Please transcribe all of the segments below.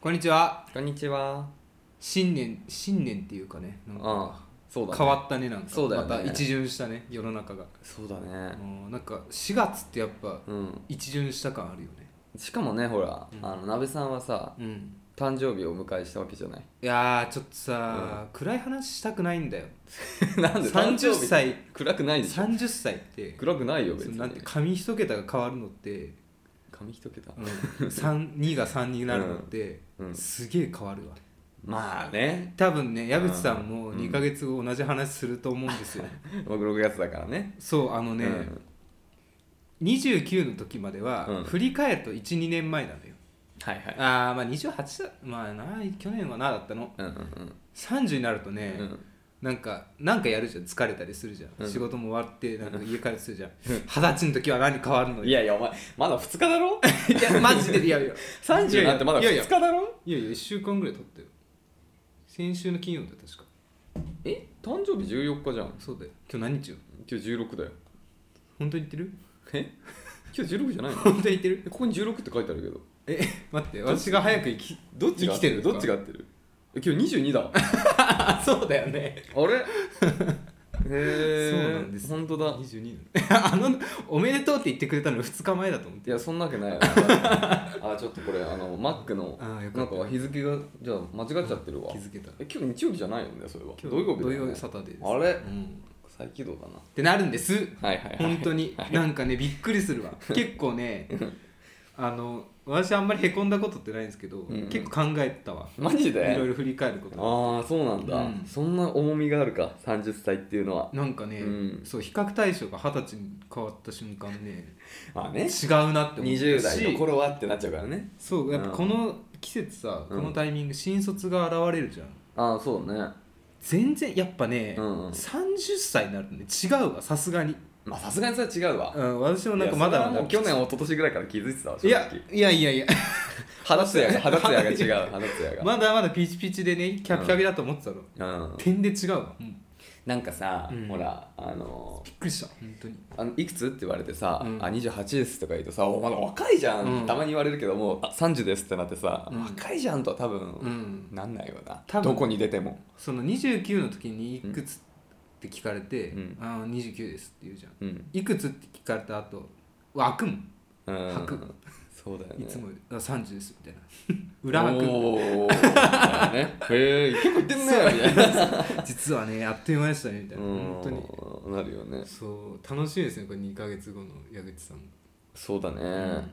こんにちはこんにちは新年新年っていうかねなんかああそうだ、ね、変わったねなんかそうだよねまた一巡したね世の中が、そうだねうんなんか4月ってやっぱうん一巡した感あるよねしかもねほら、うんあの鍋さんはさうん誕生日をお迎えしたわけじゃないいやーちょっとさ、暗い話したくないんだよなんで誕生30日歳暗くないでしょ30歳って暗くないよ別そのになんて紙一桁が変わるのって、髪一桁うん、2が3になるのって、うんすげえ変わるわまあね多分ね矢口さんもうん2ヶ月後同じ話すると思うんですよ、僕6月だからねそうあのね、うん29の時までは、うん振り返ると12年前なのよはいはいああまあ28だまあな去年はなだったのうんうん30になるとうね、んなんかなんかやるじゃん疲れたりするじゃん、うん仕事も終わってなんか家帰るするじゃん二十歳の時は何変わるうのんいやいやお前まだ2日だろいやマジでいやいやいや30いやなんてまだいやい2や日だろいやいや1週間ぐらい経ったよ先週の金曜だよ確かえ誕生日14日じゃんそうだよ今日何日よ今日16だよ本当に言ってるえ今日16じゃないの 本当に言ってるえここに16って書いてあるけどえ待って私が早く生きどっちが生きてるのかどっちが合ってるえ今日22だああそうだよねれ へえそうなんです本当だ22なの あのおめでとうって言ってくれたの2日前だと思っていやそんなわけないよ あちょっとこれあのマックのあーなよんかったか日付がじゃあ間違っちゃってるわ気づけたえ今日日曜日じゃないよねそれは今土日曜日土だよ曜ねサタデーですあれうん再起動だなってなるんですはいはいはい本当になんかねびっくりするわ結構ねあの私あんまりへこんだことってないんですけど、うんうん結構考えてたわマジいろいでろ振り返ることああそうなんだ、うんそんな重みがあるか30歳っていうのはなんかね、うんそう比較対象が二十歳に変わった瞬間ねまあ違ねうなって思った20代のし頃はってなっちゃうからねそうやっぱこの季節さ、うんこのタイミング新卒が現れるじゃんああそうだね全然やっぱね、うんうん30歳になるとね違うわさすがに、まあさすがにそれは違うわうん、私もなんかまだまいやそれはだもう去年一昨年ぐらいから気づいてたわい正や直いやいやいや肌ツヤが肌ツヤが違う肌ツヤが、まだまだピチピチでねキャピキャピだと思ってたの、うん、点で違うわ、なんかさ、うんほらあのびっくりした本当にあのいくつって言われてさ「うんあ28です」とか言うとさ「おまだ若いじゃん」うんたまに言われるけどもうあ「30です」ってなってさ「うん若いじゃん」とは多分、うんなんないよな多分どこに出てもその29の時にいくつって聞かれて「うんああ29です」って言うじゃんうん、いくつって聞かれた後開くもんうん吐くそうだよいねつもより「あ30です」みたいな 裏開くおーだよねへ え結構言ってんねみたいな実はねあっという間でしたねみたいなうん本当になるよねそう楽しいですねこれ2ヶ月後の矢口さんそうだね、うん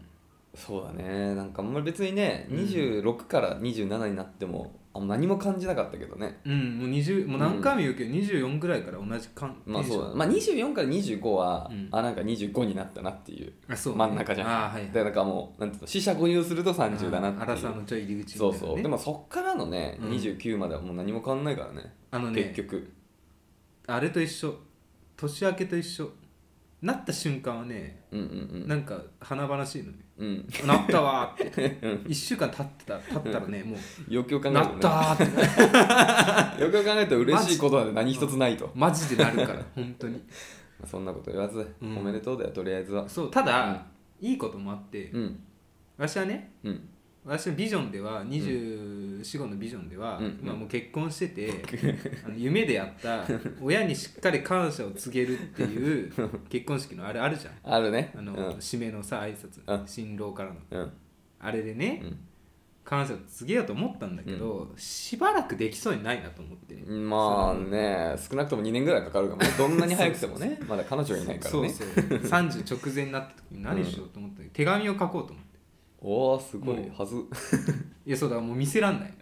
そうだねなんかあんまり別にねうん26から27になってもあ何も感じなかったけどねうんもう20もう何回も言うけど、24ぐらいから同じ感まあそうだ、テンションまあ、24から25は、うんあなんか25になったなっていうあそうね、真ん中じゃんあーはいはいでなんかもうなんていうの四捨五入すると30だなってあー荒いうさのちょい入り口そみうたいな、ね、そうでもそっからのねうん29まではもう何も変わんないからね、あのね結局あれと一緒年明けと一緒なった瞬間はねうんうんなんか華々しいのねうんうんなったわーって1 週間経ってた経ったらねもよくよく考うえるなとっねたーってよくよく考えると嬉しいことなんで何一つないと、マジでなるから本 当にそんなこと言わず、うんおめでとうだよとりあえずはそうただ、いいこともあってうん私はねうん私のビジョンでは24、五のビジョンでは、うんうん今もう結婚しててあの夢でやった 親にしっかり感謝を告げるっていう結婚式のあれあるじゃんあるねあの、うん締めのさ挨拶うん新郎からのうんあれでね、感謝を告げようと思ったんだけど、しばらくできそうにないなと思って、ねうん、まあね少なくとも2年ぐらいかかる かもねどんなに早くてもねまだ彼女いないからそうねそう30直前になった時に何しようと思ったけど手紙を書こうと思っておおすごいもはず いやそうだからもう見せらんない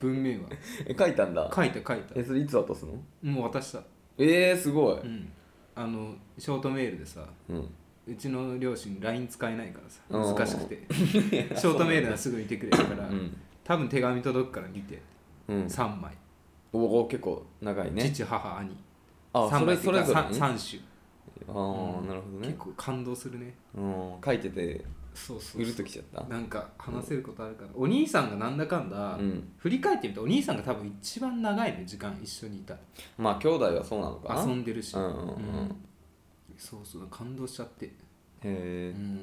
文面はえ書いたんだ書いた書いえそれいつ渡すのたもう渡したえー、すごいうんあのショートメールでさうんうちの両親 LINE 使えないからうさん難しくてシ ョートメールはすぐ見てくれるから、うん、多分手紙届くから見てうん、 3枚、おお結構長いね父母兄あ3そ枚れっていそうれかぞれ、ね、さん3ああなるほど種、ね結構感動するねうん書いててそうそううるっときちゃったなんか話せることあるから、お兄さんがなんだかんだ、うん振り返ってみたらお兄さんが多分一番長いの時間一緒にいたまあ兄弟はそうなのかな遊んでるし、うんうんうんそうそう感動しちゃって、へえうん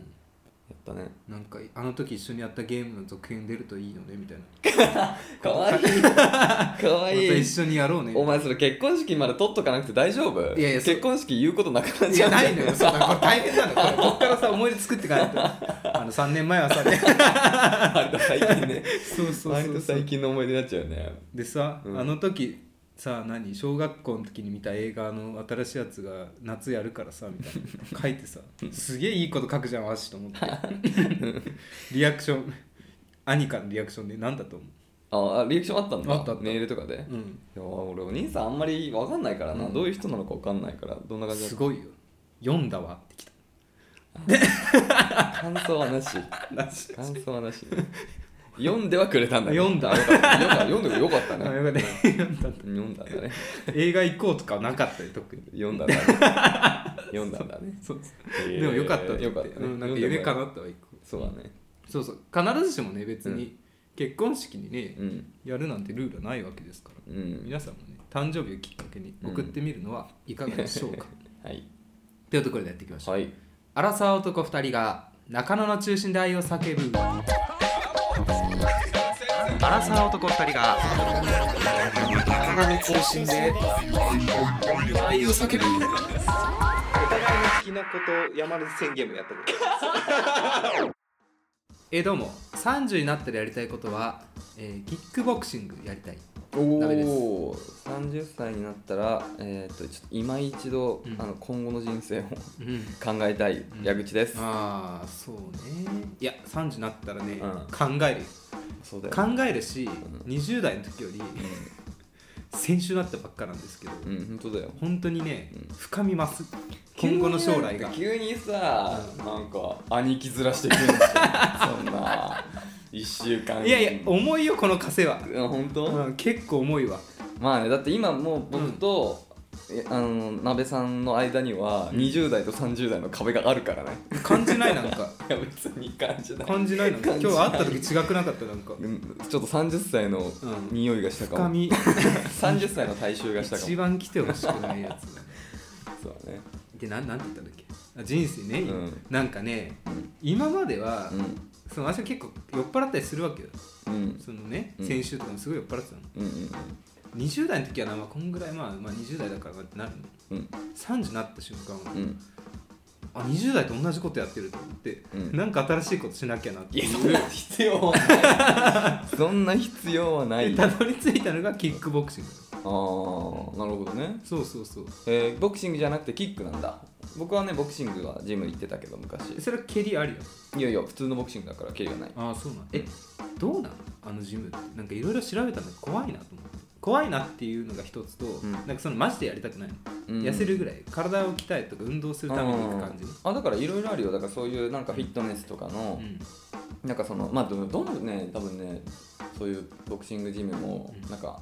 ったねなんかあの時一緒にやったゲームの続編出るといいのねみたいなかわいい かわまたいい一緒にやろうねお前それ結婚式まで取っとかなくて大丈夫いやいやそう結婚式言うことなくなっいちやゃうじゃんない のよそうだから大変なのこれこっからさ思い出作っていかないとあの3年前 はさね割と最近ねそうそう割そとうそう最近の思い出になっちゃうよねでさ、うんあの時さ何小学校の時に見た映画の新しいやつが夏やるからさみたいな書い てさすげえいいこと書くじゃんわしと思ってリアクション兄からのリアクションで何だと思ああリアクションあったんだあったあった、メールとかで、いううん、や俺お兄さんあんまり分かんないからな、うんどういう人なのか分かんないからどんな感じだっすごいよ読んだわってきたた 感想はなし感想はなし読んではくれたんだね読んだあよかった読んだ読んでよかっ たあねよかった読んだ読んだんだ ね映画行こうとかはなかったよ特に読んだんだね読んだんだねそうへー でもよかったと思ってよかったねうん、なんか夢読んでも叶よったわ一個そうだねそうそう必ずしもね別に結婚式にね、うんやるなんてルールはないわけですからうん皆さんもね誕生日をきっかけに送ってみるのはいかがでしょう か、はいというところでやっていきましょう、はいアラサー男2人が中野の中心で愛を叫ぶアラサー男2人が中野の中心で愛を叫ぶお互いの好きなことを山根宣言もやったこと えーどうも30になったらやりたいことは、えーキックボクシングやりたいおダメですお30歳になったら、えーっとちょっと今一度、うんあの今後の人生をうん考えたいん矢口です、ああそうねいや30になったらね、うん考えるよそうだよ考えるし、ん20代の時より先週なったばっかなんですけどうん、うん、本当だよ本当にね、うん深みます今後の将来が急にさ、うなんか兄貴ずらしてくるんですよそんな1週 間いやいや重いよこの枷は、うん本当、うん、結構重いわまあねだって今もう僕と、えあの鍋さんの間には20代と30代の壁があるからね、感じないなん かいや別に感じない感じないの今感じ日ない会った時違くなかったなんかうんちょっと30歳のうん匂いがしたか深も、み30歳の大衆がしたかも一番来てほしくないやつだねそうだねでなんなんて言ったんだっけあ人生ね、うんなんかねうん今までは、うんその私は結構酔っ払ったりするわけようんそのね、うん先週とかもすごい酔っ払ってたのうん20代の時はな、まあ、こんぐらい、まあ、まあ20代だからなってなるのうん30になった瞬間は、うんあ20代と同じことやってると思って、うんなんか新しいことしなきゃなっていやいそうんな必要はないそんな必要はないで たよどり着いたのがキックボクシングあーなるほどね、そうそうそうえーボクシングじゃなくてキックなんだ僕はねボクシングはジム行ってたけど昔それは蹴りあるよいやいや普通のボクシングだから蹴りはないああそうなんえどうなのあのジムってなんかいろいろ調べたんだけど怖いなと思って怖いなっていうのが一つと、んなんかそのマジでやりたくないの、うん痩せるぐらい体を鍛えるとか運動するために行く感じねあだからいろいろあるよだからそういうなんかフィットネスとかうの、んなんかそのまあどどんどんね多分ねそういうボクシングジムもうんなんか、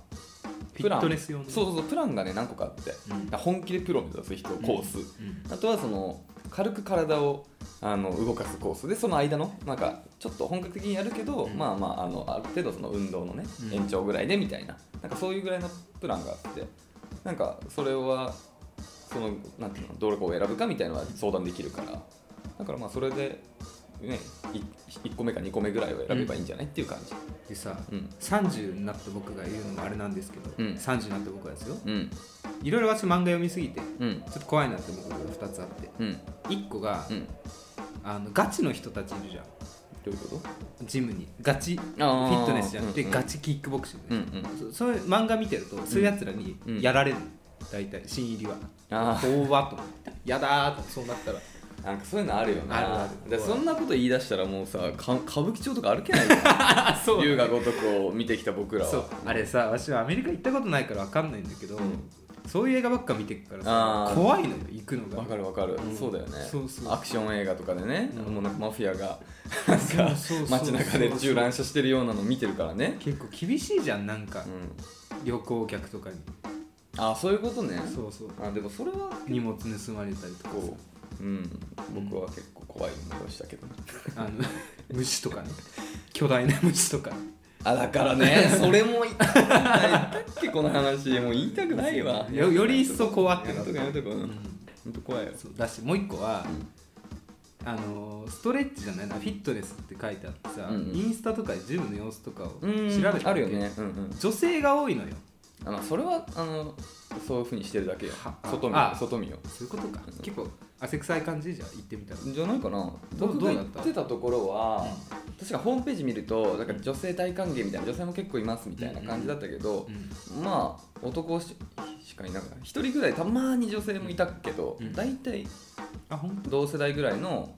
フィットネス用のそうそうそうプランがね何個かあって、うん本気でプロを目指す人コース、うんあとはその軽く体をあの動かすコースでその間のなんかちょっと本格的にやるけど、うんまあまああのある程度その運動のねうん延長ぐらいでみたいな,、なんかそういうぐらいのプランがあってなんかそれはそのなんていうのどれを選ぶかみたいなのは相談できるからだからまあそれで、ね、1個目か2個目ぐらいを選べばいいんじゃない、っていう感じ。でさ、うん30になった僕が言うのもあれなんですけど、うん30になった僕はですようんいろいろ私漫画読みすぎてちうんょっと怖いなって思うことが2つあってうん1個が、うんあのガチの人たちいるじゃんどういうことジムにガチフあーィットネスじゃなくてうんうんガチキックボクシングうね、んうんそそういう漫画見てるとそういうやつらにうんやられるの大体新入りはあー大場と思ってやだーとそうなったらなんかそういうのあるよなあるあるでそんなこと言い出したらもうさか歌舞伎町とか歩けないからあ そ龍が如くを見てきた僕らはそうあれさ私はアメリカ行ったことないから分かんないんだけど、んそういう映画ばっか見てくからあさー怖いのよ行くのがわかるわかる、うんそうだよねそうそうアクション映画とかでね、うんもうなんかマフィアがなんかそうそうそう街中で銃乱射してるようなの見てるからね、結構厳しいじゃんなんか、うん、旅行客とかにああそういうことねそうそうあでもそれは荷物盗まれたりとかこう、うん、僕は結構怖い思いをしたけど、さあの 虫とかね巨大な虫とかあだから ねそれも言いたくない 言ったっけこの話もう言いたくないわよより一層怖ってやなめるとこやめとこううんんほんと怖いよそうだしもう一個は、あのーストレッチじゃないなフィットネスって書いてあってさ、うんうんインスタとかでジムの様子とかを調うべんてわけあるよね、うんうん、女性が多いのよあまあそれはあのそういうふうにしてるだけよはあ外見あ外見よそういうことかうん結構汗臭い感じじゃん行ってみたらじゃないかなど僕どがう行だっったてたところは、う確かホームページ見るとなんか女性大歓迎みたいな女性も結構いますみたいな感じだったけど、まあ男ししかいなくない一人ぐらいたまに女性もいたけど、うん大体あ本当同世代ぐらいの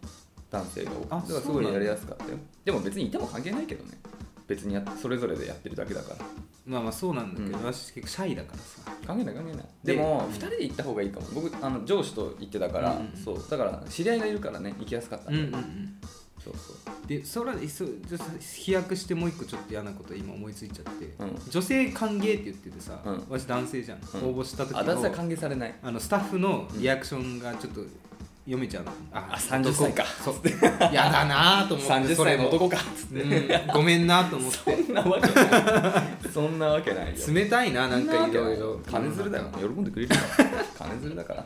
男性が多くてあだからすそうごなんだいやりやすかったよでも別にいても関係ないけどね別にやそれぞれでやってるだけだからまあまあそうなんだけど、うん私結構シャイだからさ関係ない関係ないででもうん2人で行った方がいいかも僕あの上司と行ってたから、うんうんうんそうだから知り合いがいるからね行きやすかった、うんうんうんそうそうでそれでそうちょっと飛躍してもう一個ちょっと嫌なこと今思いついちゃって、うん女性歓迎って言っててさ、うん私男性じゃん、ん応募した時のあだは歓迎されないあのスタッフのリアクションがちょっと読めちゃうの、あ30歳かそうやだなぁと思って30そ歳れのも 男かっつっうんごめんなと思っててそんなわけないそんなわけないよ冷たいななんかいろいろ金づるだよ喜んでくれるよ金づるだから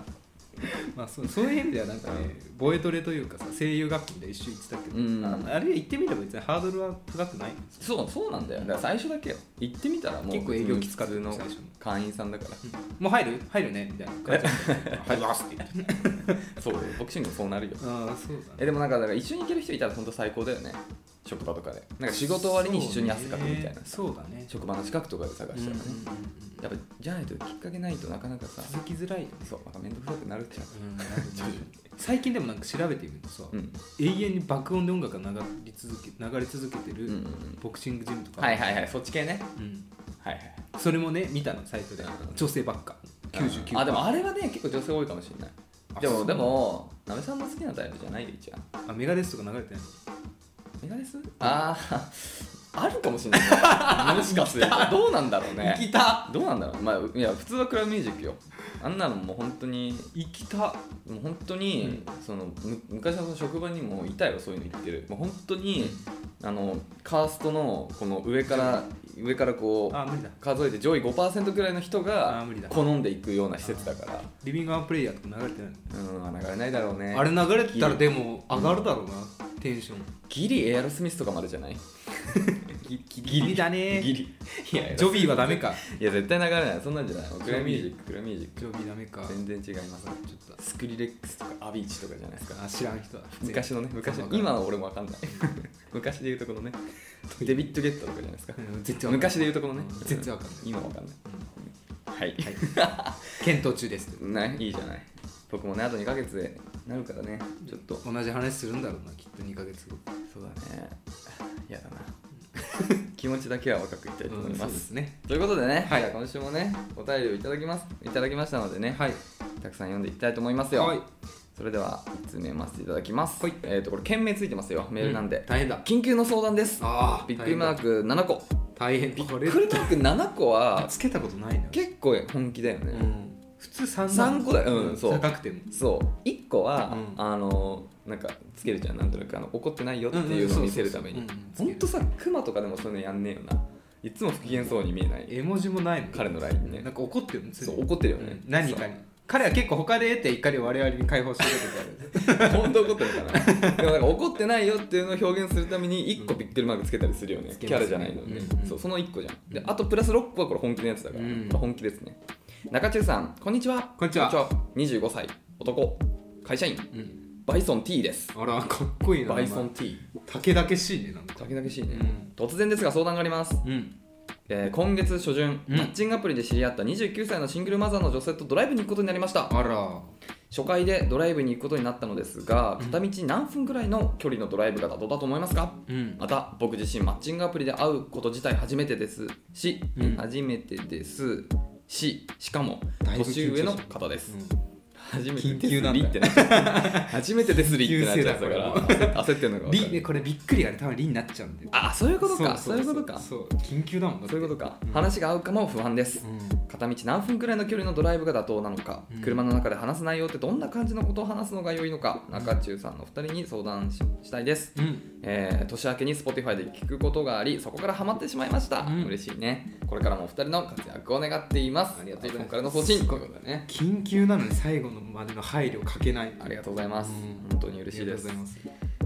まあ、そうそういう意味ではなんかねボエトレというかさ声優学校で一緒行ってたけど、うんああれ行ってみれば別にハードルは高くないそうそうなんだよだから最初だけよ行ってみたらもう結構営業きつかった普通の最初の会員さんだからもう入る入るねみたいな感じだった入 りますって言ってそうよボクシングもそうなるよああそうだねえでもなんかだから一緒に行ける人いたら本当最高だよね職場とかでなんか仕事終わりに一緒に汗かくみたいな、そうだね職場の近くとかで探したらね、うんうんうんうんやっぱじゃないときっかけないとなかなかさ続きづらいよねそうなんか面倒くさくなるじゃんうんなるほど最近でもなんか調べてみるとさ、うん永遠に爆音で音楽が流れ続け流れ続けてうんうるんボクシングジムとか、はいはいはいそっち系ねうんはいはいそれもね見たのサイトでうん女性ばっか99あでもあれはね結構女性多いかもしれないあでそもうでもなべさんの好きなタイプじゃないよ一応あメガデスとか流れてないメガネスああ あるかもしれない、ね、もしかするとどうなんだろうのねきたどうなんだろうまあいや普通はクラブミュージックよあんなのもう本当に生きたもう本当に、そのむ昔のその職場にもいたよそういうの言ってるもう本当に、あのカーストのこの上から上からこうあ無理だ数えて上位5%ぐらいの人あが無理だ好んでいくような施設だからリビングアンプレイヤーとか流れてないうん流れないだろうねの、あれ流れてたらでも上がるだろうな、テンションギリエアロスミスとかまでじゃないギ ギリだねギリいやジョビーはダメかいや絶対流れないそんなんじゃないクラミュージッククラミュージックジョビーダメか全然違いますねちょっスクリレックスとかアビーチとかじゃないですかとあ知らん人だ昔のね昔のわかんない今は俺もわかんない 昔で言うとこのね デビッド・ゲットとかじゃないですかうん絶対わかんない昔で言うとこのね全然わかんない今はわかんないはい検討中ですね いいじゃない僕もねあと2ヶ月でなるからねちょっと同じ話するんだろうなきっと2ヶ月後そうだね嫌だな 気持ちだけは若くいたいと思いうんそまうですすねということでね、はいじゃあ今週もねお便りをいただきますいただきましたのでね、はいたくさん読んでいきたいと思いますよ、はいそれでは1通目読ませていただきます、はいえっ、とこれ件名ついてますよメールなんで、う大変だ緊急の相談ですあーびっくりマーク7個大変こびれっくりマーク7個はつけたことないな結構本気だよね、うん普通3三個だようんそう高くてもそう1個は、うんあのなんかつけるじゃんなんとなくあの怒ってないよっていううんうんのそうを見せるためそにうそううんうんほんとさクマとかでもそういうのやんねえよないつも不機嫌そうに見えない絵文字もないの彼の LINE ねなんか怒ってるの常にそう怒ってるよね、うん何かに彼は結構他で得た怒りを我々に解放してる時あるそう本当怒ってるかなでもなんか怒ってないよっていうのを表現するために1個ビックリマークつけたりするよね、つけキますねャラじゃないのに、うんうんそうその1個じゃんであとプラス6個はこれ本気のやつだから、うんこれ本気ですね中中さんこんにちはこんにちは25歳男会社員うんバイソン T ですあらかっこいいなバイソン T 竹だけしいねなんかだけだけしいね、うん突然ですが相談があります、うんえー今月初旬、うんマッチングアプリで知り合った29歳のシングルマザーの女性とドライブに行くことになりましたあら初回でドライブに行くことになったのですが片道何分くらいの距離のドライブが妥当だと思いますかうんまた僕自身マッチングアプリで会うこと自体初めてですし、うん初めてですししかもだいぶ緊張年上の方です、初めて緊急なんだリよってなっちゃう 初めてですりってなっちゃったから緊焦焦ってんのが分かりねるこれびっくりがね多分りになっちゃうんであそういうことかそういうことかそそう緊急だもんだってういうことか、うん話が合うかも不安ですうん片道何分くらいの距離のドライブが妥当なのか、うん車の中で話す内容ってどんな感じのことを話すのが良いのか中中さんのお二人に相談ししたいです、うんえー年明けに Spotify で聞くことがありそこからハマってしまいました、うん嬉しいねこれからもお二人の活躍を願っていますありがとうございますいますからの送信こういうことだね緊急なのに最後のまでの配慮をかけないありがとうございますうん本当に嬉しあいですりがとうございます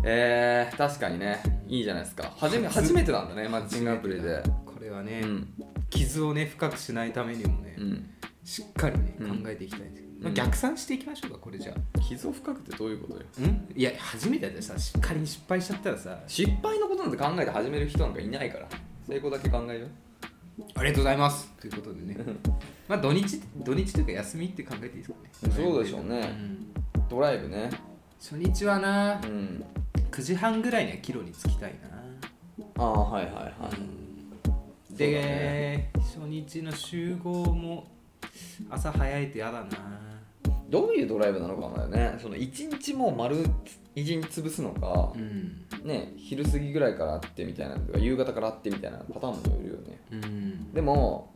えー、確かにねいいじゃないですか初め初めてなんだねマッチングアプリでこれはね、うん傷をね深くしないためにもね、うんしっかりねうん考えていきたいんですけど、んまあ、逆算していきましょうかこれじゃあ傷を深くってどういうことようんいや初めてでさしっかりに失敗しちゃったらさ失敗のことなんて考えて始める人なんかいないから成功だけ考えようありがとうございますということでねまあ土日土日というか休みって考えていいですかねそうでしょうねんドライブね初日はなうん9時半ぐらいにはキロに着きたいなああはいはいはい、で、そうだね初日の集合も朝早いとやだなどういうドライブなのかもだよねその一日もう丸一日潰すのかう、んね昼過ぎぐらいから会ってみたいなとか夕方から会ってみたいなパターンもいるよねうんでも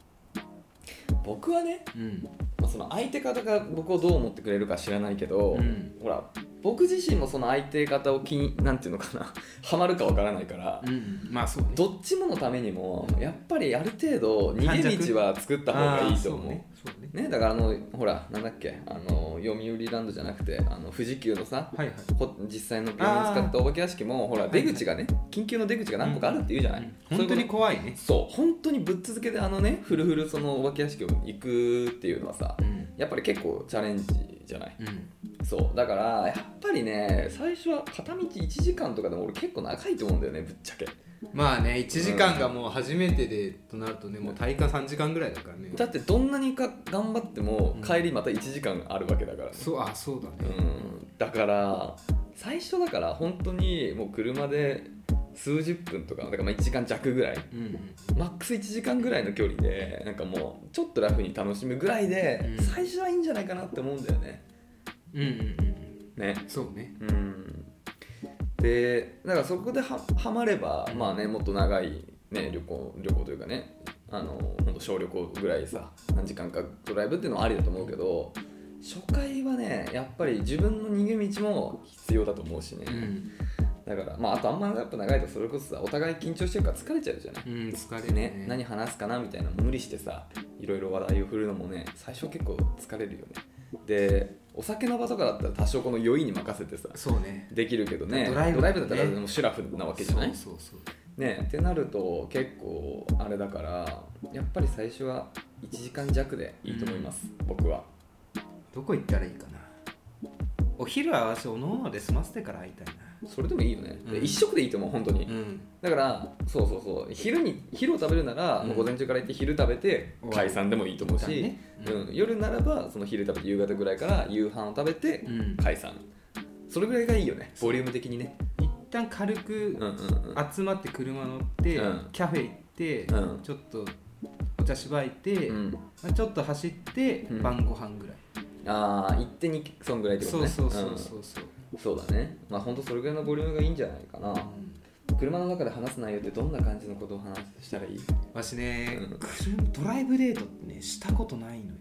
僕はね、うんまあ、その相手方が僕をどう思ってくれるか知らないけど、うんほら僕自身もその相手方を気になんていうのかな ハマるかわからないから、うんまあそうねどっちものためにもやっぱりある程度逃げ道は作った方がいいと思うあーそうねそうねね、だからあのほらなんだっけあの読売ランドじゃなくてあの富士急のさはいはいほ実際の病院使ったお化け屋敷もほらいはい出口がね緊急の出口が何個かあるって言うじゃない、そうい本当うことに怖いねそう本当にぶっ続けてあのねフルフルそのお化け屋敷を行くっていうのはさうんやっぱり結構チャレンジじゃないうんそうだからやっぱりね最初は片道1時間とかでも俺結構長いと思うんだよねぶっちゃけまあね1時間がもう初めてでとなるとねもう体感3時間ぐらいだからねだってどんなにか頑張ってもうん帰りまた1時間あるわけだからそうあそうだねうんだから最初だから本当にもう車で数十分とかだからまあ1時間弱ぐらいうんマックス1時間ぐらいの距離でなんかもうちょっとラフに楽しむぐらいで、うん最初はいいんじゃないかなって思うんだよね。うんうんうんねうんそうねうんでだからそこでははまればまあねもっと長い、ね、旅行旅行というかねあのほんと小旅行ぐらいさ何時間かドライブっていうのはありだと思うけど初回はねやっぱり自分の逃げ道も必要だと思うしね、うんだからまああとあんまやっぱ長いとそれこそさお互い緊張してるから疲れちゃうじゃないうん疲れでるね何話すかなみたいな無理してさいろいろ話題を振るのもね最初結構疲れるよねでお酒の場とかだったら多少この酔いに任せてさそうねできるけどねドライブだとねだったらもうシュラフなわけじゃないそうそうそねってなると結構あれだからやっぱり最初は1時間弱でいいと思います、僕はうどこ行ったらいいかなお昼は私おのおので済ませてから会いたいそれでもいいよね、でうん一食でいいと思う本当に、なうんだからそうそうそう昼に昼を食べるなら、うんもう午前中から行って昼食べてうん解散でもいいと思うし、ねうん、夜ならばその昼食べて夕方ぐらいから夕飯を食べてうん解散、それぐらいがいいよねボリューム的にね一旦軽うんうくんうん集まって車乗ってうんキャフェ行ってうんちょっとお茶しばいてうんまあちょっと走ってうん晩ご飯ぐらいああ行ってにそんぐらいってことそうねそうそうそうそううんそうだねまあほんとそれぐらいのボリュームがいいんじゃないかなうん車の中で話す内容ってどんな感じのことを話したらいいわしねうん車ドライブデートってねしたことないのよ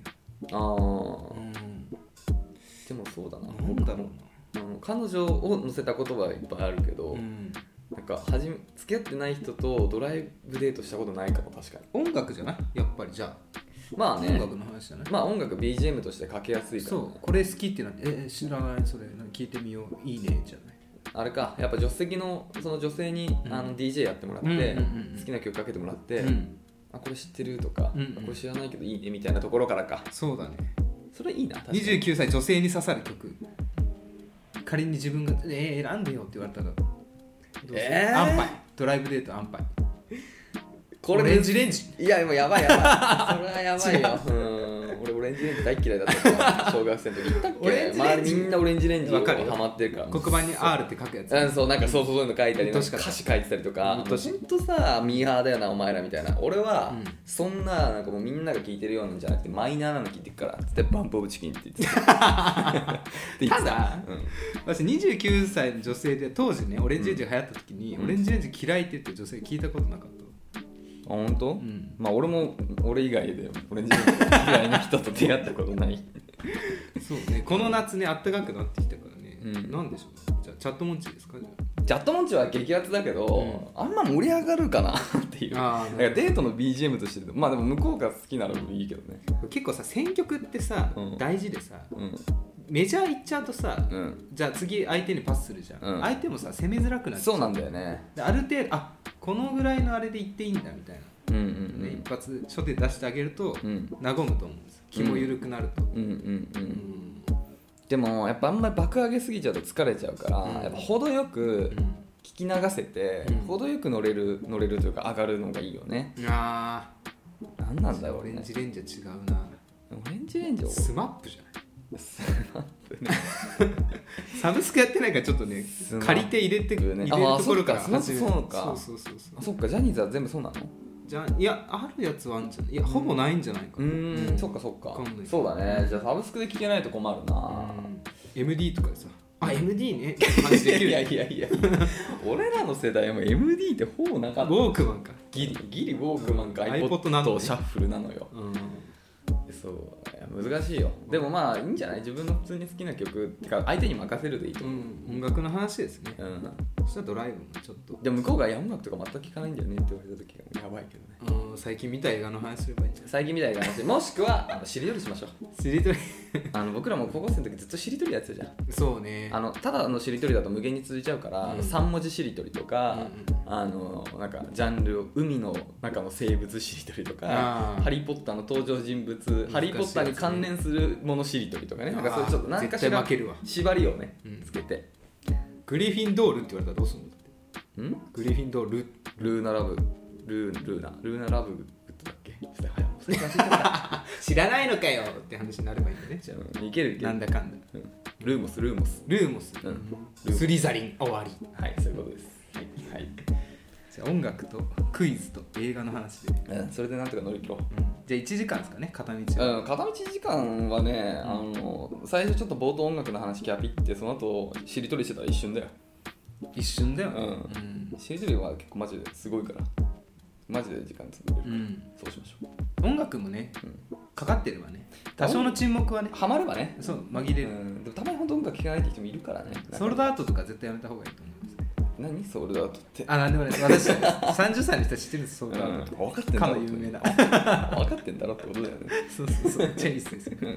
あーうんでもそうだななんだろう僕もうん彼女を乗せたことはいっぱいあるけど、なうんなんかはじめ付き合ってない人とドライブデートしたことないかも確か音楽じゃないやっぱりじゃあにまあ音ね楽の話じゃないまあ音楽 BGM としてかけやすいから、そうこれ好きってなってえー知らないそれなんか聞いてみよういいねじゃないあれかやっぱ助手席のその女性に、うんあの DJ やってもらって、うんうんうんうん好きな曲かけてもらって、うんあこれ知ってるとか、うんうんあこれ知らないけどいいねみたいなところからかそうだねそれいいな確かに29歳女性に刺さる曲仮に自分が「えー、選んでよ」って言われたらどうするえーアンパイドライブデートアンパイこオれレンジレンジいやもうやばいやば いそれはやばいようん俺オレンジレンジ大嫌いだったから小学生の時言ったっけオレンジレンジ周りみんなオレンジレンジわかるよハマってるから黒板に「R」って書くやつうん、そうなんかそうそうそういうの書いたりうっ歌とう詞しかった書いてたりとかうもっうとうしほんとさミーハーだよなお前らみたいな俺は、うんそんななんかもうみんなが聴いてるようなんじゃなくてマイナーなの聴いてるからつってバンプオブチキンって言ってた って言ってただうん私29歳の女性で当時ねオレンジレンジが流行った時に、うんオレンジレンジ嫌いって言ってる女性聞いたことなかったあ本当、んまあ俺も俺以外でオレンジレンジ嫌いな人と出会ったことない そうね、この夏ね、あったかくなってきたからね、うんなんでしょうね、じゃあ、チャットモンチーですか、じゃチャットモンチは激アツだけど、あんま盛り上がるかなっていうあなーんかデートの BGM としてまあでも向こうが好きならいいけどねあ結構さ、選曲ってさ、うん大事でさ、うんメジャー行っちゃうとさ、うんじゃあ次相手にパスするじゃん、うん相手もさ攻めづらくなっちゃそううなんだよねである程度あこのぐらいのあれで行っていいんだみたいうんうんな、ね一発初手出してあげるとうんうん和むと思うんです気も緩くなると、うんうんううんんでもやっぱあんまり爆上げすぎちゃうと疲れちゃうから、うんやっぱ程よく聞き流せて、うん程よく乗れる乗れるというか上がるのがいいよねうんあ何なんだあろオうレねンジレンジャー違うなオレンジレンジをスマップじゃない サブスクやってないからちょっとねスマップ借りて入れて入れねるところからあーそっかスマップそうかそうそうそうそあうそっかジャニーズは全部そうなのじゃあいやあるやつはあるんじゃないいやほぼないんじゃないかうなーんそっかそっかわかんないそうだねじゃあサブスクで聞けないと困るな、うん MD とかでさあ MD ねって感じできる いやいやいや俺らの世代も MD ってほぼなウかったォークマンかギリギリウォークマンかうん iPod iPod なのねとシャッフルなのようんそういや難しいよでもまあいいんじゃない自分の普通に好きな曲ってか相手に任せるでいいとう思ん音楽の話ですねう、うん、そしたらドライブもちょっとでも向こうがいや音楽とか全く聞かないんだよねって言われた時がやばいけどねうん最近見た映画の話すればいいんじゃ最近みたいな話もしくはあのしりとりしましょうないしりとりあの僕らも高校生の時ずっとしりとりやってたじゃん そうねあのただのしりとりだと無限に続いちゃうから、うん3文字しりとりとか、うんあのなんかジャンルを海の中の生物しりとりとかあ「ーハリー・ポッター」の登場人物、ねハリー・ポッター」に関連するものしりとりとかねなんかそれちょっとあー何か絶し対ら負けるわ縛りをねうんつけて、グリフィンドールって言われたらどうするのだってんグリフィンドールルーナ・ラブルールーナルーナ・ラブグッドだっけちょっと早く忘れちゃっ知らないのかよって話になればいいんだねたうんいけるいけなるんだかんだうんルーモスルーモスルーモス、うんうんスリザリン終わりはいそういうことですはい、じゃあ音楽とクイズと映画の話で、はいうん、それでなんとか乗り切ろうじゃあ1時間ですかね片道は、うん、片道時間はね、あの最初ちょっと冒頭音楽の話キャピってその後しりとりしてたら一瞬だよ一瞬だよねうんうんしりとりは結構マジですごいからマジで時間積んでる、そうしましょ音楽もね、かかってればね多少の沈黙はねうハマればね、そう紛れうる、ん、でもたまに本当音楽聴かないって人もいるからねソルダートとか絶対やめた方がいいと思います何ソウルダートってあなんでもない私 30歳の人は知ってるんですソうルん、ダート、分かってんだかろの有名な分かってんだろってことだよね そうそうそうチェリスですようんは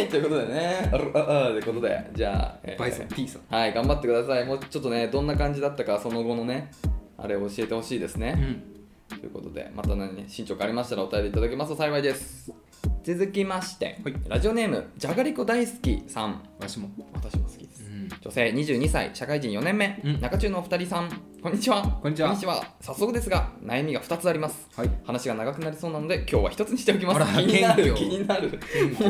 いということでねあるああということでじゃあ、えーバイソン T さんはい頑張ってくださいもうちょっとねどんな感じだったかその後のねあれを教えてほしいですね、うんということでまた何、ね、進捗ありましたらお便りいただけますと幸いです続きまして、はいラジオネームじゃがりこ大好きさんわしも私も好きでうす、ん女性22歳社会人4年目、うん中中のお二人さんこんにちはこんにちは早速ですが悩みが2つありますはい話が長くなりそうなので今日は1つにしておきまあらす気になる謙気虚になるもう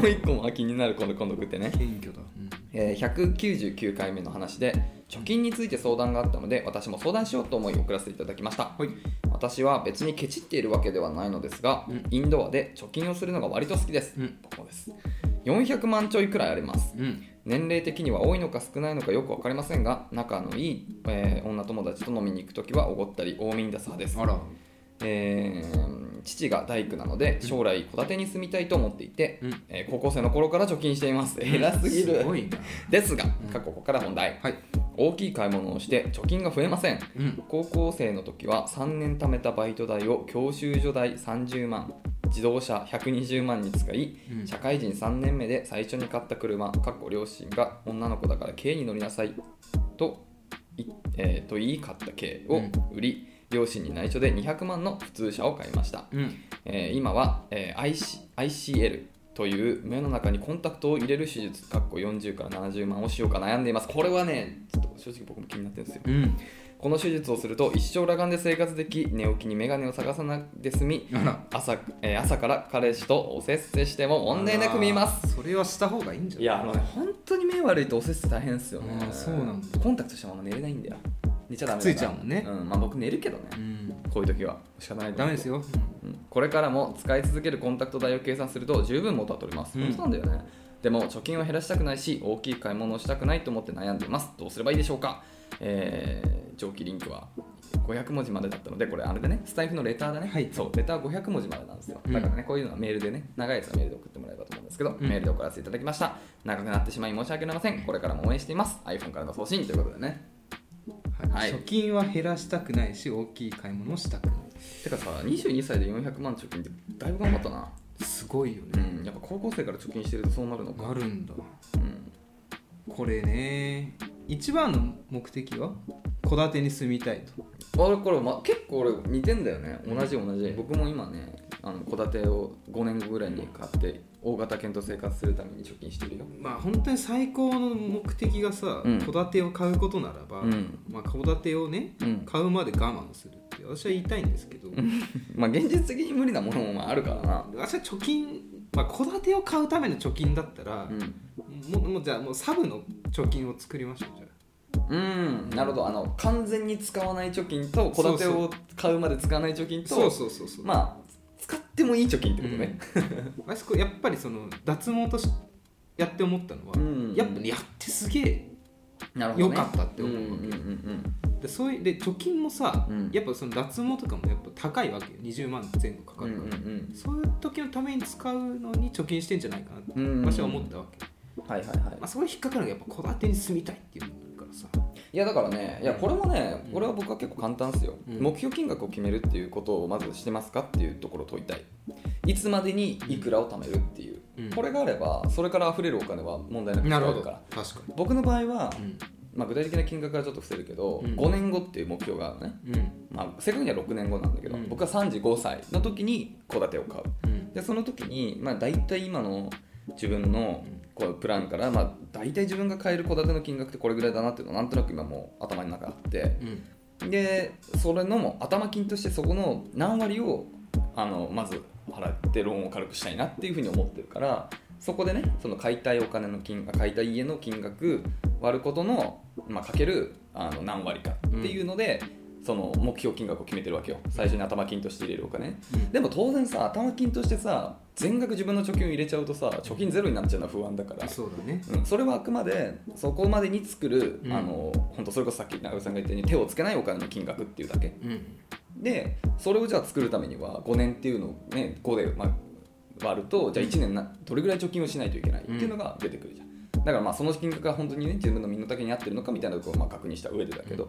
1個も気になる今度今度送ってね謙虚だ、うんえー199回目の話で貯金について相談があったので私も相談しようと思い送らせていただきました、はい私は別にケチっているわけではないのですが、うんインドアで貯金をするのが割と好きです、うん僕もです400万ちょいくらいありますうん年齢的には多いのか少ないのかよく分かりませんが仲のいい、えー女友達と飲みに行く時はおごったり多めに出す派ですあらえー父が大工なので将来戸建てに住みたいと思っていて、うんえー高校生の頃から貯金しています偉すぎるすごいなですが、過去ここから本題、はい大きい買い物をして貯金が増えませんうん高校生の時は3年貯めたバイト代を教習所代30万自動車120万に使いうん社会人3年目で最初に買った車かっこ両親が女の子だから軽に乗りなさいと,い、えーと言い買った軽を売り、両親に内緒で200万の普通車を買いましたうんえー今は、えー IC ICL という目の中にコンタクトを入れる手術かっこ40から70万をしようか悩んでいますこれはねちょっと正直僕も気になってるんですようんこの手術をすると一生裸眼で生活でき寝起きに眼鏡を探さなくて済みあら朝,、えー朝から彼氏とおせっせしても問題なく見えますそれはした方がいいんじゃないいやあのね本当に目悪いとおせっせ大変ですよねあーそうなんだコンタクトしたまま寝れないんだよ寝ちゃダメだついちゃうもんねうんまあ僕寝るけどねうんこういう時は仕方ないと思うダメですようんこれからも使い続けるコンタクト代を計算すると十分元は取れます、うん本当なんだよねでも貯金を減らしたくないし大きい買い物をしたくないと思って悩んでいますどうすればいいでしょうかえー、上記リンクは500文字までだったのでこれあれでねスタイフのレターだね、はいそうレター500文字までなんですようんだからねこういうのはメールでね長いやつはメールで送ってもらえばと思うんですけど、うんメールで送らせていただきました長くなってしまい申し訳ありませんこれからも応援しています iPhone からの送信ということでねはい貯金は減らしたくないし大きい買い物をしたくないてかさ22歳で400万貯金ってだいぶ頑張ったなすごいようねんやっぱ高校生から貯金してるとそうなるのかなるんだうんこれね一番の目的は戸建てに住みたいと俺これ、ま、結構俺似てんだよね同じ同じ僕も今ねあの戸建てを5年後ぐらいに買って大型犬と生活するために貯金してるよまあ本当に最高の目的がさうん戸建てを買うことならば、うんまあ、戸建てをねうん買うまで我慢するって私は言いたいんですけど、まあ現実的に無理なものもまああるからな私は貯金まあ戸建てを買うための貯金だったら、うん、もうもうじゃあもうサブの貯金を作りましょうじゃあうん、なるほどあの完全に使わない貯金と戸建てを買うまで使わない貯金とそうそうそうそう、まあ使ってもいい貯金ってことね、私こうやっぱりその脱毛としやって思ったのは、うんやっぱやってすげえなるほど、良ね、かったって思うわうんうんうんでそういうで貯金もさ、うんやっぱその脱毛とかもやっぱ高いわけよ20万前後かかうんるうかんら、そういう時のために使うのに貯金してんじゃないかなって、うんうん私は思ったわけ、うんはいはいはいまあ、そこに引っかかるのがやっぱ戸建てに住みたいっていうのがあるからさいやだからねいやこれもねこれは僕は結構簡単ですよ、うん目標金額を決めるっていうことをまずしてますかっていうところを問いたいいつまでにいくらを貯めるっていう、うんこれがあればそれから溢れるお金は問題なく使えるから確か僕の場合は、にまあ、具体的な金額からちょっと伏せるけど、うん5年後っていう目標があるのね、うんうんまあ、正確には6年後なんだけど、うん僕は35歳の時に戸建てを買ううんでその時に、まあ、大体今の自分のこうプランから、まあ、大体自分が買える戸建ての金額ってこれぐらいだなっていうのはなんとなく今もう頭の中あってうんでそれのもう頭金としてそこの何割をあのまず払ってローンを軽くしたいなっていうふうに思ってるからそこでねその買いたいお金の金額買いたい家の金額割ることの、まあ、かけるあの何割かっていうので、その目標金額を決めてるわけよ最初に頭金として入れるお金、でも当然さ頭金としてさ全額自分の貯金を入れちゃうとさ貯金ゼロになっちゃうのは不安だから、そうだねうん、それはあくまでそこまでに作る、うんあの本当それこそさっき長尾さんが言ったように手をつけないお金の金額っていうだけうんでそれをじゃあ作るためには5年っていうのをね5で、まあ、割るとじゃあ1年などれぐらい貯金をしないといけないっていうのが出てくるじゃん、だからまあその金額が本当にね自分の身の丈に合ってるのかみたいなところをまあ確認した上でだけど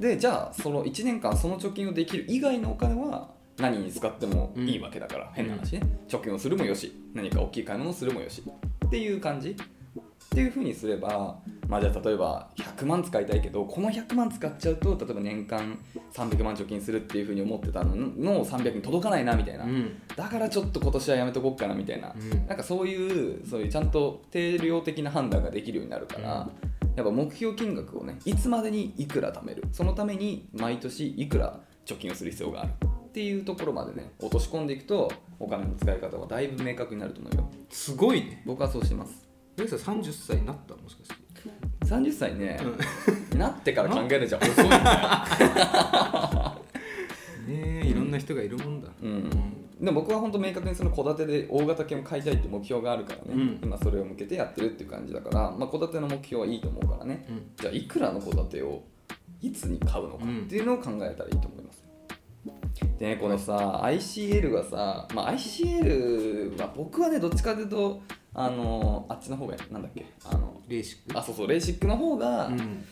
でじゃあその1年間その貯金をできる以外のお金は何に使ってもいいわけだから、変な話ね貯金をするもよし何か大きい買い物をするもよしっていう感じっていうふうにすれば、まあ、じゃあ例えば100万使いたいけどこの100万使っちゃうと例えば年間300万貯金するっていうふうに思ってたのの300に届かないなみたいな、うんだからちょっと今年はやめとこうかなみたいな、うんなんかそういうそういうちゃんと定量的な判断ができるようになるから、やっぱ目標金額をねいつまでにいくら貯めるそのために毎年いくら貯金をする必要があるっていうところまでね落とし込んでいくとお金の使い方はだいぶ明確になると思うよすごいね僕はそうしてますルイさん30歳になったもしかして30歳ね、なってから考えるじゃん遅い ねえいろんな人がいるもんだうんでも僕は本当明確にその戸建てで大型犬を買いたいって目標があるからね、うん今それを向けてやってるっていう感じだから、まあ、戸建ての目標はいいと思うからねうんじゃあいくらの戸建てをいつに買うのかっていうのを考えたらいいと思います、でねこのさ ICL がさ、まあ、ICL は僕はねどっちかというとあのあっちの方がなんだっけあのレーシックあそうそうレーシックの方が、うん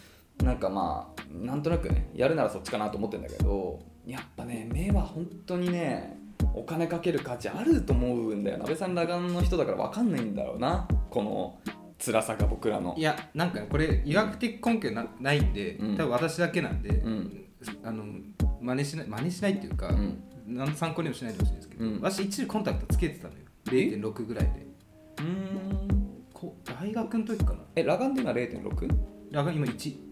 なんかまあなんとなくねやるならそっちかなと思ってんだけどやっぱね目は本当にねお金かける価値あると思うんだよ鍋さん裸眼の人だから分かんないんだろうなこの辛さが僕らのいやなんかねこれ医学的根拠なないんでうん多分私だけなんで、んあの真似しない真似しないっていうか、うんなん、参考にもしないでほしいんですけど、うん私一時コンタクトつけてたのよ0.6ぐらいでうーんこ大学の時かなえ裸眼で今 0.6? ラガン今1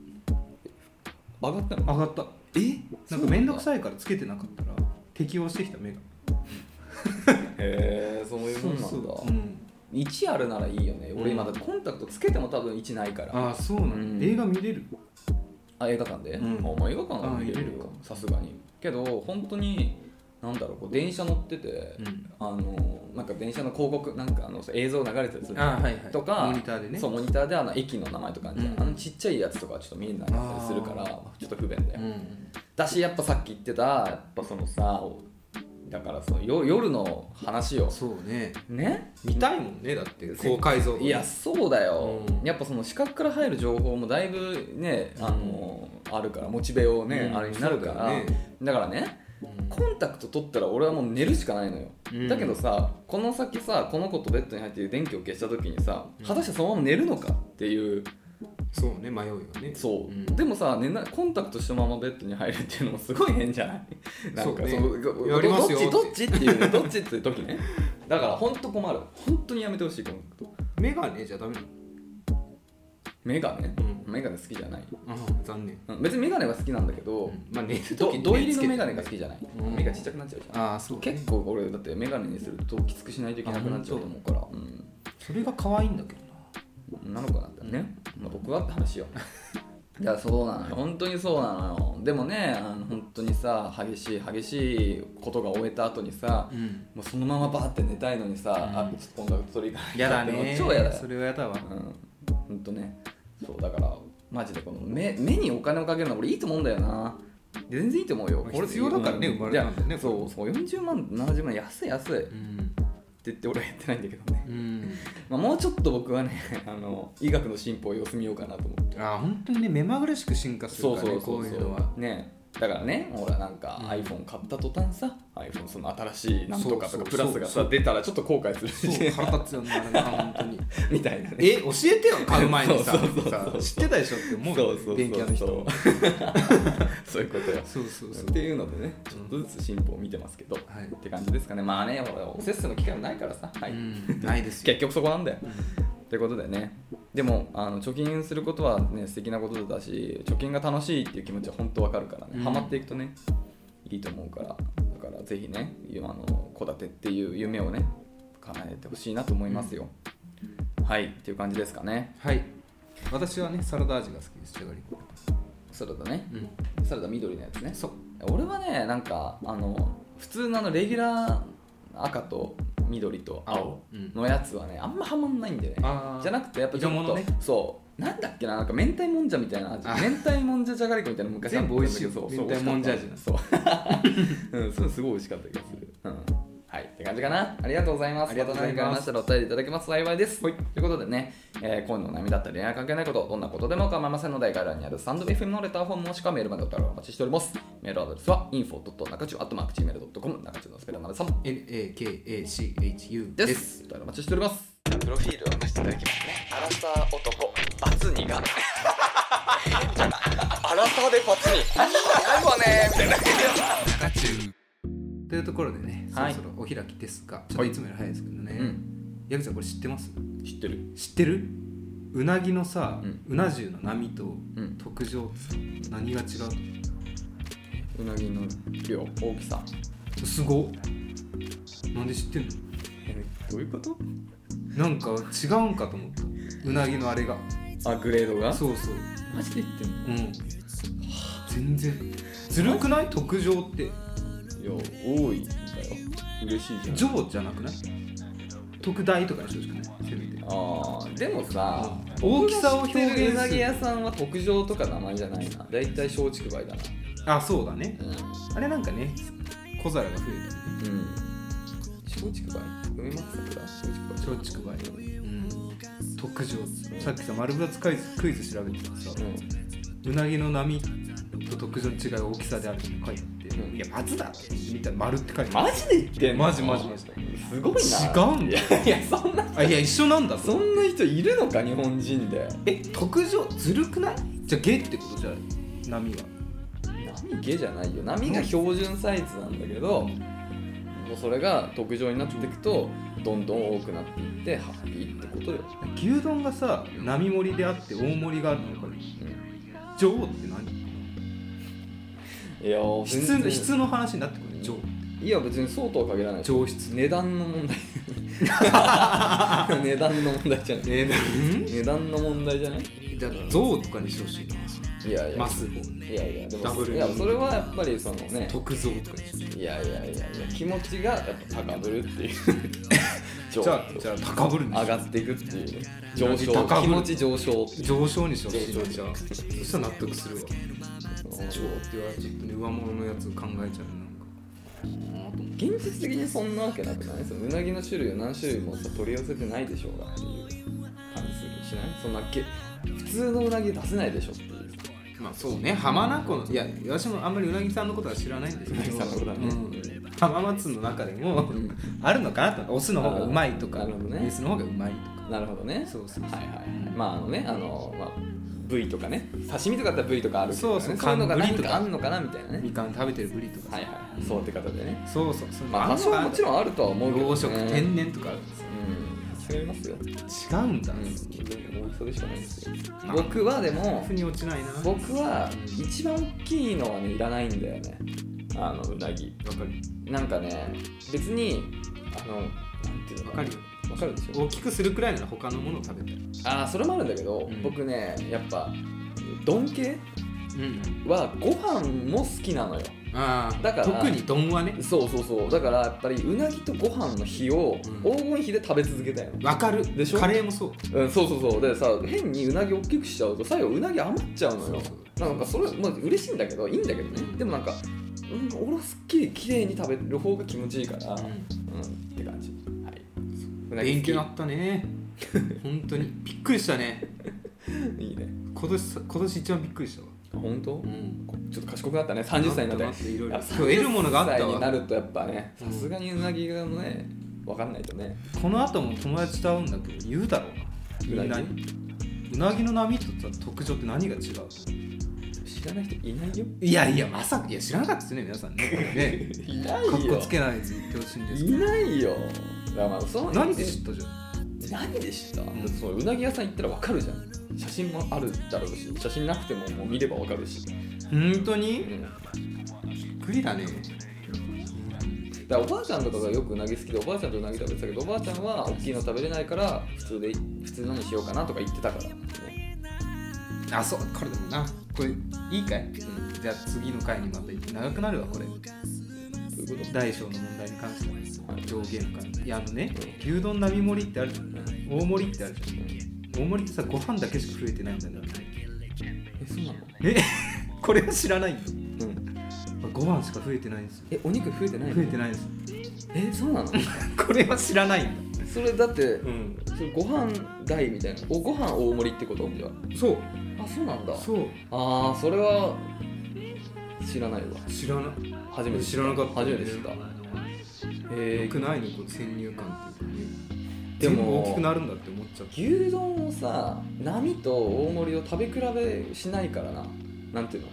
上がった上のがったえなんか面倒くいさいからつけてなかったら適応してきた目がへえそういうもんなんだうん1あるならいいよね俺今だってコンタクトつけても多分1ないから、ああそうなんだ、うん映画見れるあ映画館で、うんあまあ映画館は見れあ見るれるかよさすがにけど本当になんだろうこう電車乗ってて、うんあのなんか電車の広告なんかあの映像流れてるやつあはいはいとかモニターでねそうモニターであの駅の名前とかあるじゃんうんあのちっちゃいやつとかはちょっと見えなかったりするからあちょっと不便だよ、ん、だしやっぱさっき言ってたやっぱそのさだからそのよ夜の話をそうねね見たいもんねだって高解像度いやそうだよ、うんやっぱその視覚から入る情報もだいぶねあの、あるからモチベをね、うんあれになるからだ,、そうだよねからねうんコンタクト取ったら俺はもう寝るしかないのよ、うんだけどさこの先さこの子とベッドに入って電気を消した時にさ果たしてそのまま寝るのかっていうそうね迷いはねそう、んでもさ寝なコンタクトしたままベッドに入るっていうのもすごい変じゃない なんかそうねのどやりますよどっちどっちっていうどっちっていう時ねだから本当困る本当にやめてほしいこのことメガネじゃダメなのメガネ、うメガネ好きじゃないああ残念うん別にメガネは好きなんだけど、うんまあ寝るど時に土入りのつけてメガネが好きじゃない、うん目がちっちゃくなっちゃうじゃんああそう結構俺だってメガネにするときつくしないといけなくなっちゃうと思うからうそれが可愛いんだけどなんなのかなってね、まあ、僕はって話 よいやそうなのよ本当にそうなのよでもねあの本当にさ激しい激しいことが終えた後にさ、うんもうそのままバーって寝たいのにさ、あちょっと音楽取り行かないやだってね超やだよそれはやだわうんほんとねそうだからマジでこの目目にお金をかけるの俺いいと思うんだよな全然いいと思うよまあ俺必要だからねうん生まれたんだよねいやそうそう40万70万安い安いってうん言って俺はやってないんだけどね、 うんまあ、もうちょっと僕はね あの医学の進歩を様子見ようかなと思ってああ本当にね目まぐるしく進化するそうからそねうそうこうそいうの はうねだからねほらなんかうん iPhone 買った途端さ iPhone その新しいなんとかとそうそうそかうプラスがそさ出たらちょっと後悔すそるうし腹立つよねあれな本当に みたいなねえ教えてよ買う前にさそうそうそうさ知ってたでしょって思うそようそうそう電気屋の人もそういうことよそうそうそうっていうのでねちょっとずつ進歩を見てますけど、はいって感じですかねまあねほらおせっせの機会もないからさ、はいうんないですよ結局そこなんだよ、ってことでねでもあの貯金することはね素敵なことだし貯金が楽しいっていう気持ちは本当わかるからね、うんハマっていくとねいいと思うからだからぜひね今の戸建てっていう夢をね叶えてほしいなと思いますよ、はいっていう感じですかねはい私はねサラダ味が好きですじゃがりこサラダねうんサラダ緑のやつねそう俺はねなんかあの普通のあのレギュラー赤と緑と青うんのやつはねあんまハマんないんだよねあーじゃなくてやっぱちょっ色と、物ねそうなんだっけななんか明太もんじゃみたいなあ味明太もんじゃじゃがりこみたいなの昔あったんだけど全部美味しいよそう明そう太もんじゃ味そううんそれすごい美味しかった気がするうんはいって感じかなありがとうございますありがとうございますた何かありましたらお便りいただけますと幸いです、はい、ということでね、えー、恋の悩みだったり恋愛関係ないことどんなことでも構いませんので概要欄にあるサンド FM のレターフォームもしくはメールまでお便りお待ちしておりますメールアドレスは info.nakachu.gmail.com 中中のスペルマルさん NAKACHU でですす。お便りお待ちしております。 プロフィールを出していただきますね。アラサー男、バツ2が。アラサーでバツ2。なんか ね、みたいな。というところでね、はいそろそろお開きですがちょっといつもより早いですけどね、うん矢口さんこれ知ってます知ってる。知ってるうなぎのさ、うんうな重の波とん特上ってさ何が違ううなぎの量、大きさ。すごっなんで知ってんどういうことのなんか違うんかと思ったうなぎのあれがあ、グレードがそうそうマジで言ってんうん全然ずるくない特上ってのいや、多いんだよ。嬉しいじゃん。上じゃなくない特大とかにしてほしくないせめてあーでもさ、大きさを表現するうなぎ屋さんは特上とか名前じゃないな。だいたい松竹梅だな。あそうだねうんあれなんかね小皿が増えうん。松竹梅梅松桜松竹梅たね松竹梅うん特上さっきさ丸ぶらつクイズクイズ調べてたらさ、うんうなぎの波と特上の違いは大きさであるって書いてあって、うんいや松だって見たら丸って書いてあるマジで言ってんのマジマジマジすごいな違うんだいやいやそんなあいや一緒なんだそんな人いるのか日本人でえ特上ずるくないじゃあゲってことじゃあ波は波毛じゃないよ波が標準サイズなんだけど、もうそれが特上になっていくとどんどん多くなっていってハッピーってことよ、牛丼がさ波盛りであって大盛りがあるのこれうん上って何いやー全質然質の話になってくる上いや別にそうとは限らない上質値段の 問題値段の問題じゃないえー、値段の問題じゃないうんじゃあ象とかにしてほしいないやいや、マスボいやいや、でダもブルいやそれはやっぱりそのね、特像とかにしてほしいいやいやいやいや、気持ちがやっぱ高ぶるっていう、上じゃあじゃあ高ぶるんでしょ上がっていくっていう、上昇、高ぶる気持ち上昇っていう上昇にしてほしい上な昇じゃあそしたら納得するわ上って言われちょっとね上物のやつ考えちゃうねなんかあと思って現実的にそんなわけなくないそのうなぎの種類を何種類もさ取り寄せてないでしょうがっていう感じするしないそんなけ普通のうなぎ出せないでしょっていう。まあそうね浜名湖のいや私もあんまりうなぎさんのことは知らないんですけどうなぎさんのことはねうん浜松の中でもあるのかなとオスの方がうまいとかあーなるほどねメスの方がうまいとかなるほどね。そうそうそうはいはいはい。まああのね、あの、まあ、部位とかね刺身とかだったら部位とかあるけど、ね、そうそうそういうのが寒ぶ何りとかかあんのかなみたいなねみかん食べてるぶりとかさはいはいそうって方でねそうそうそうまあ多少はもちろんあるとは思うけど、ね、養殖うん天然とかあるんですよ違いますよ、違うんだ、う、うんん、全然大きさでしかないですよ僕はでも腑に落ちないなわ僕は一番大きいのはねいらないんだよねあのうなぎかるなんかね別にあのなんていうのわかるよなわかるでしょ大きくするくらいなら他のものを食べたいああそれもあるんだけど、うん僕ねやっぱ丼系うんはご飯も好きなのよああだから特に丼はねそうそうそうだからやっぱりうなぎとご飯の日をうん黄金比で食べ続けたいの、わかるでしょカレーもそううん、そうそうそうでさ変にうなぎ大きくしちゃうと最後うなぎ余っちゃうのよそうなんかそれまあ嬉しいんだけどいいんだけどねでもなんか、うん、俺はすっきり綺麗に食べる方が気持ちいいからうん、って感じはいうなぎ勉好き強になったね本当にびっくりしたねいいね今年さ今年一番びっくりしたわ、本当、ん、ちょっと賢くなったね30歳になってなっていろいろやっ今ぱ日得るものがあっ30た歳になわるとやっぱねうんさすがにうなぎがね分かんないとねこの後も友達と会うんだけど言うだろうなみんなにうなぎの波とさ特徴って何が違う知らない人いないよいやいやまさかいや知らなかったですね皆さん ねねいなかっいこよつけないで言ってほしいんですいけどないよだからまあその何で知ったじゃん何でした、んだってそううなぎ屋さん行ったら分かるじゃん写真もあるだろうし写真なくてももう見れば分かるし、本当うにん、だかびっくりだねらおばあちゃんとかがよくうなぎ好きでおばあちゃんとうなぎ食べてたけどおばあちゃんは大きいの食べれないから普通で普通のにしようかなとか言ってたから、ねあそうこれでもなこれいいかいじゃあ次の回にまた行って長くなるわこれうん、ということ大小の問題に関してははい上限からいやあのね牛丼並盛りってあるじゃん大盛りってあるじゃん大盛りってさご飯だけしか増えてないんだよねえそうなの、え これは知らないようん、ご飯しか増えてないんですよえお肉増えてないの増えてないんですよえそう なのこれは知らないんだそれだってんそれご飯代みたいなおご飯大盛りってことじゃそうああそうなんだそうああそれは知らないわ知らない初めて知らなかった初めて知ったえよくないねこう先入観っていうかねで全も部大きくなるんだって思っちゃった牛丼をさ並と大盛りを食べ比べしないからななんていうの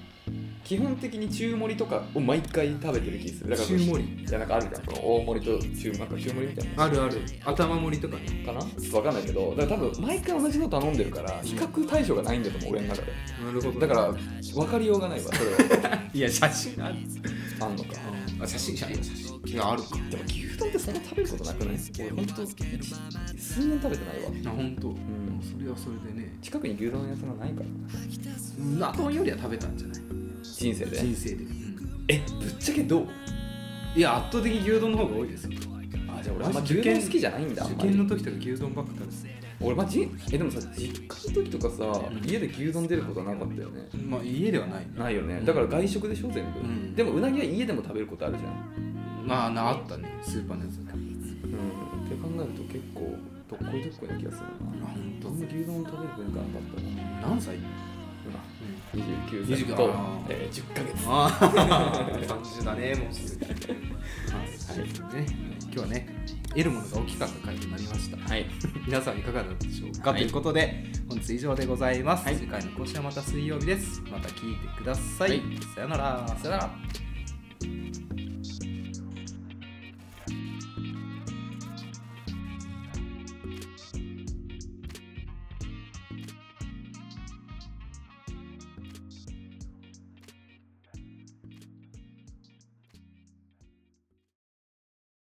基本的に中盛りとかを毎回食べてる気するだから中盛りいやなんかあるじゃんその大盛りと中なんか中盛りみたいあるある頭盛りとかねなかなちょっと分かんないけどだから多分毎回同じの頼んでるから比較対象がないんだと思う俺の中でなるほどだから分かりようがないわそれ はいや写真あるあんのかあ写真写真写真いやあるかでも牛丼ってそんな食べることなくない俺ほんと数年食べてないわあ本当。んそれはそれでね近くに牛丼屋さんがないからうな丼よりは食べたんじゃない人生で人生で、えぶっちゃけどういや圧倒的に牛丼の方が多いですよあじゃあマジ俺あんま牛受験丼好きじゃないんだあん受まり験の時とか牛丼ばっか食べて俺マジえでもさ実家の時とかさうん家で牛丼出ることはなかったよねたまあ家ではないねないよねだから外食でしょ全部、うんでもうなぎは家でも食べることあるじゃん、まあなあったねスーパーのやつだけうん、って考えると結構どっこいどっこいな気がするなあ本どんな牛丼を食べる文化なかったな当。何歳今29歳29とあー、えー、10ヶ月ああ30だねもうすぐはいはいね今日はね得るものが大きかった回となりましたはい皆さんいかがだったでしょうか、はいということで本日以上でございます、はい次回の更新はまた水曜日ですまた聞いてください、はいさよならさよなら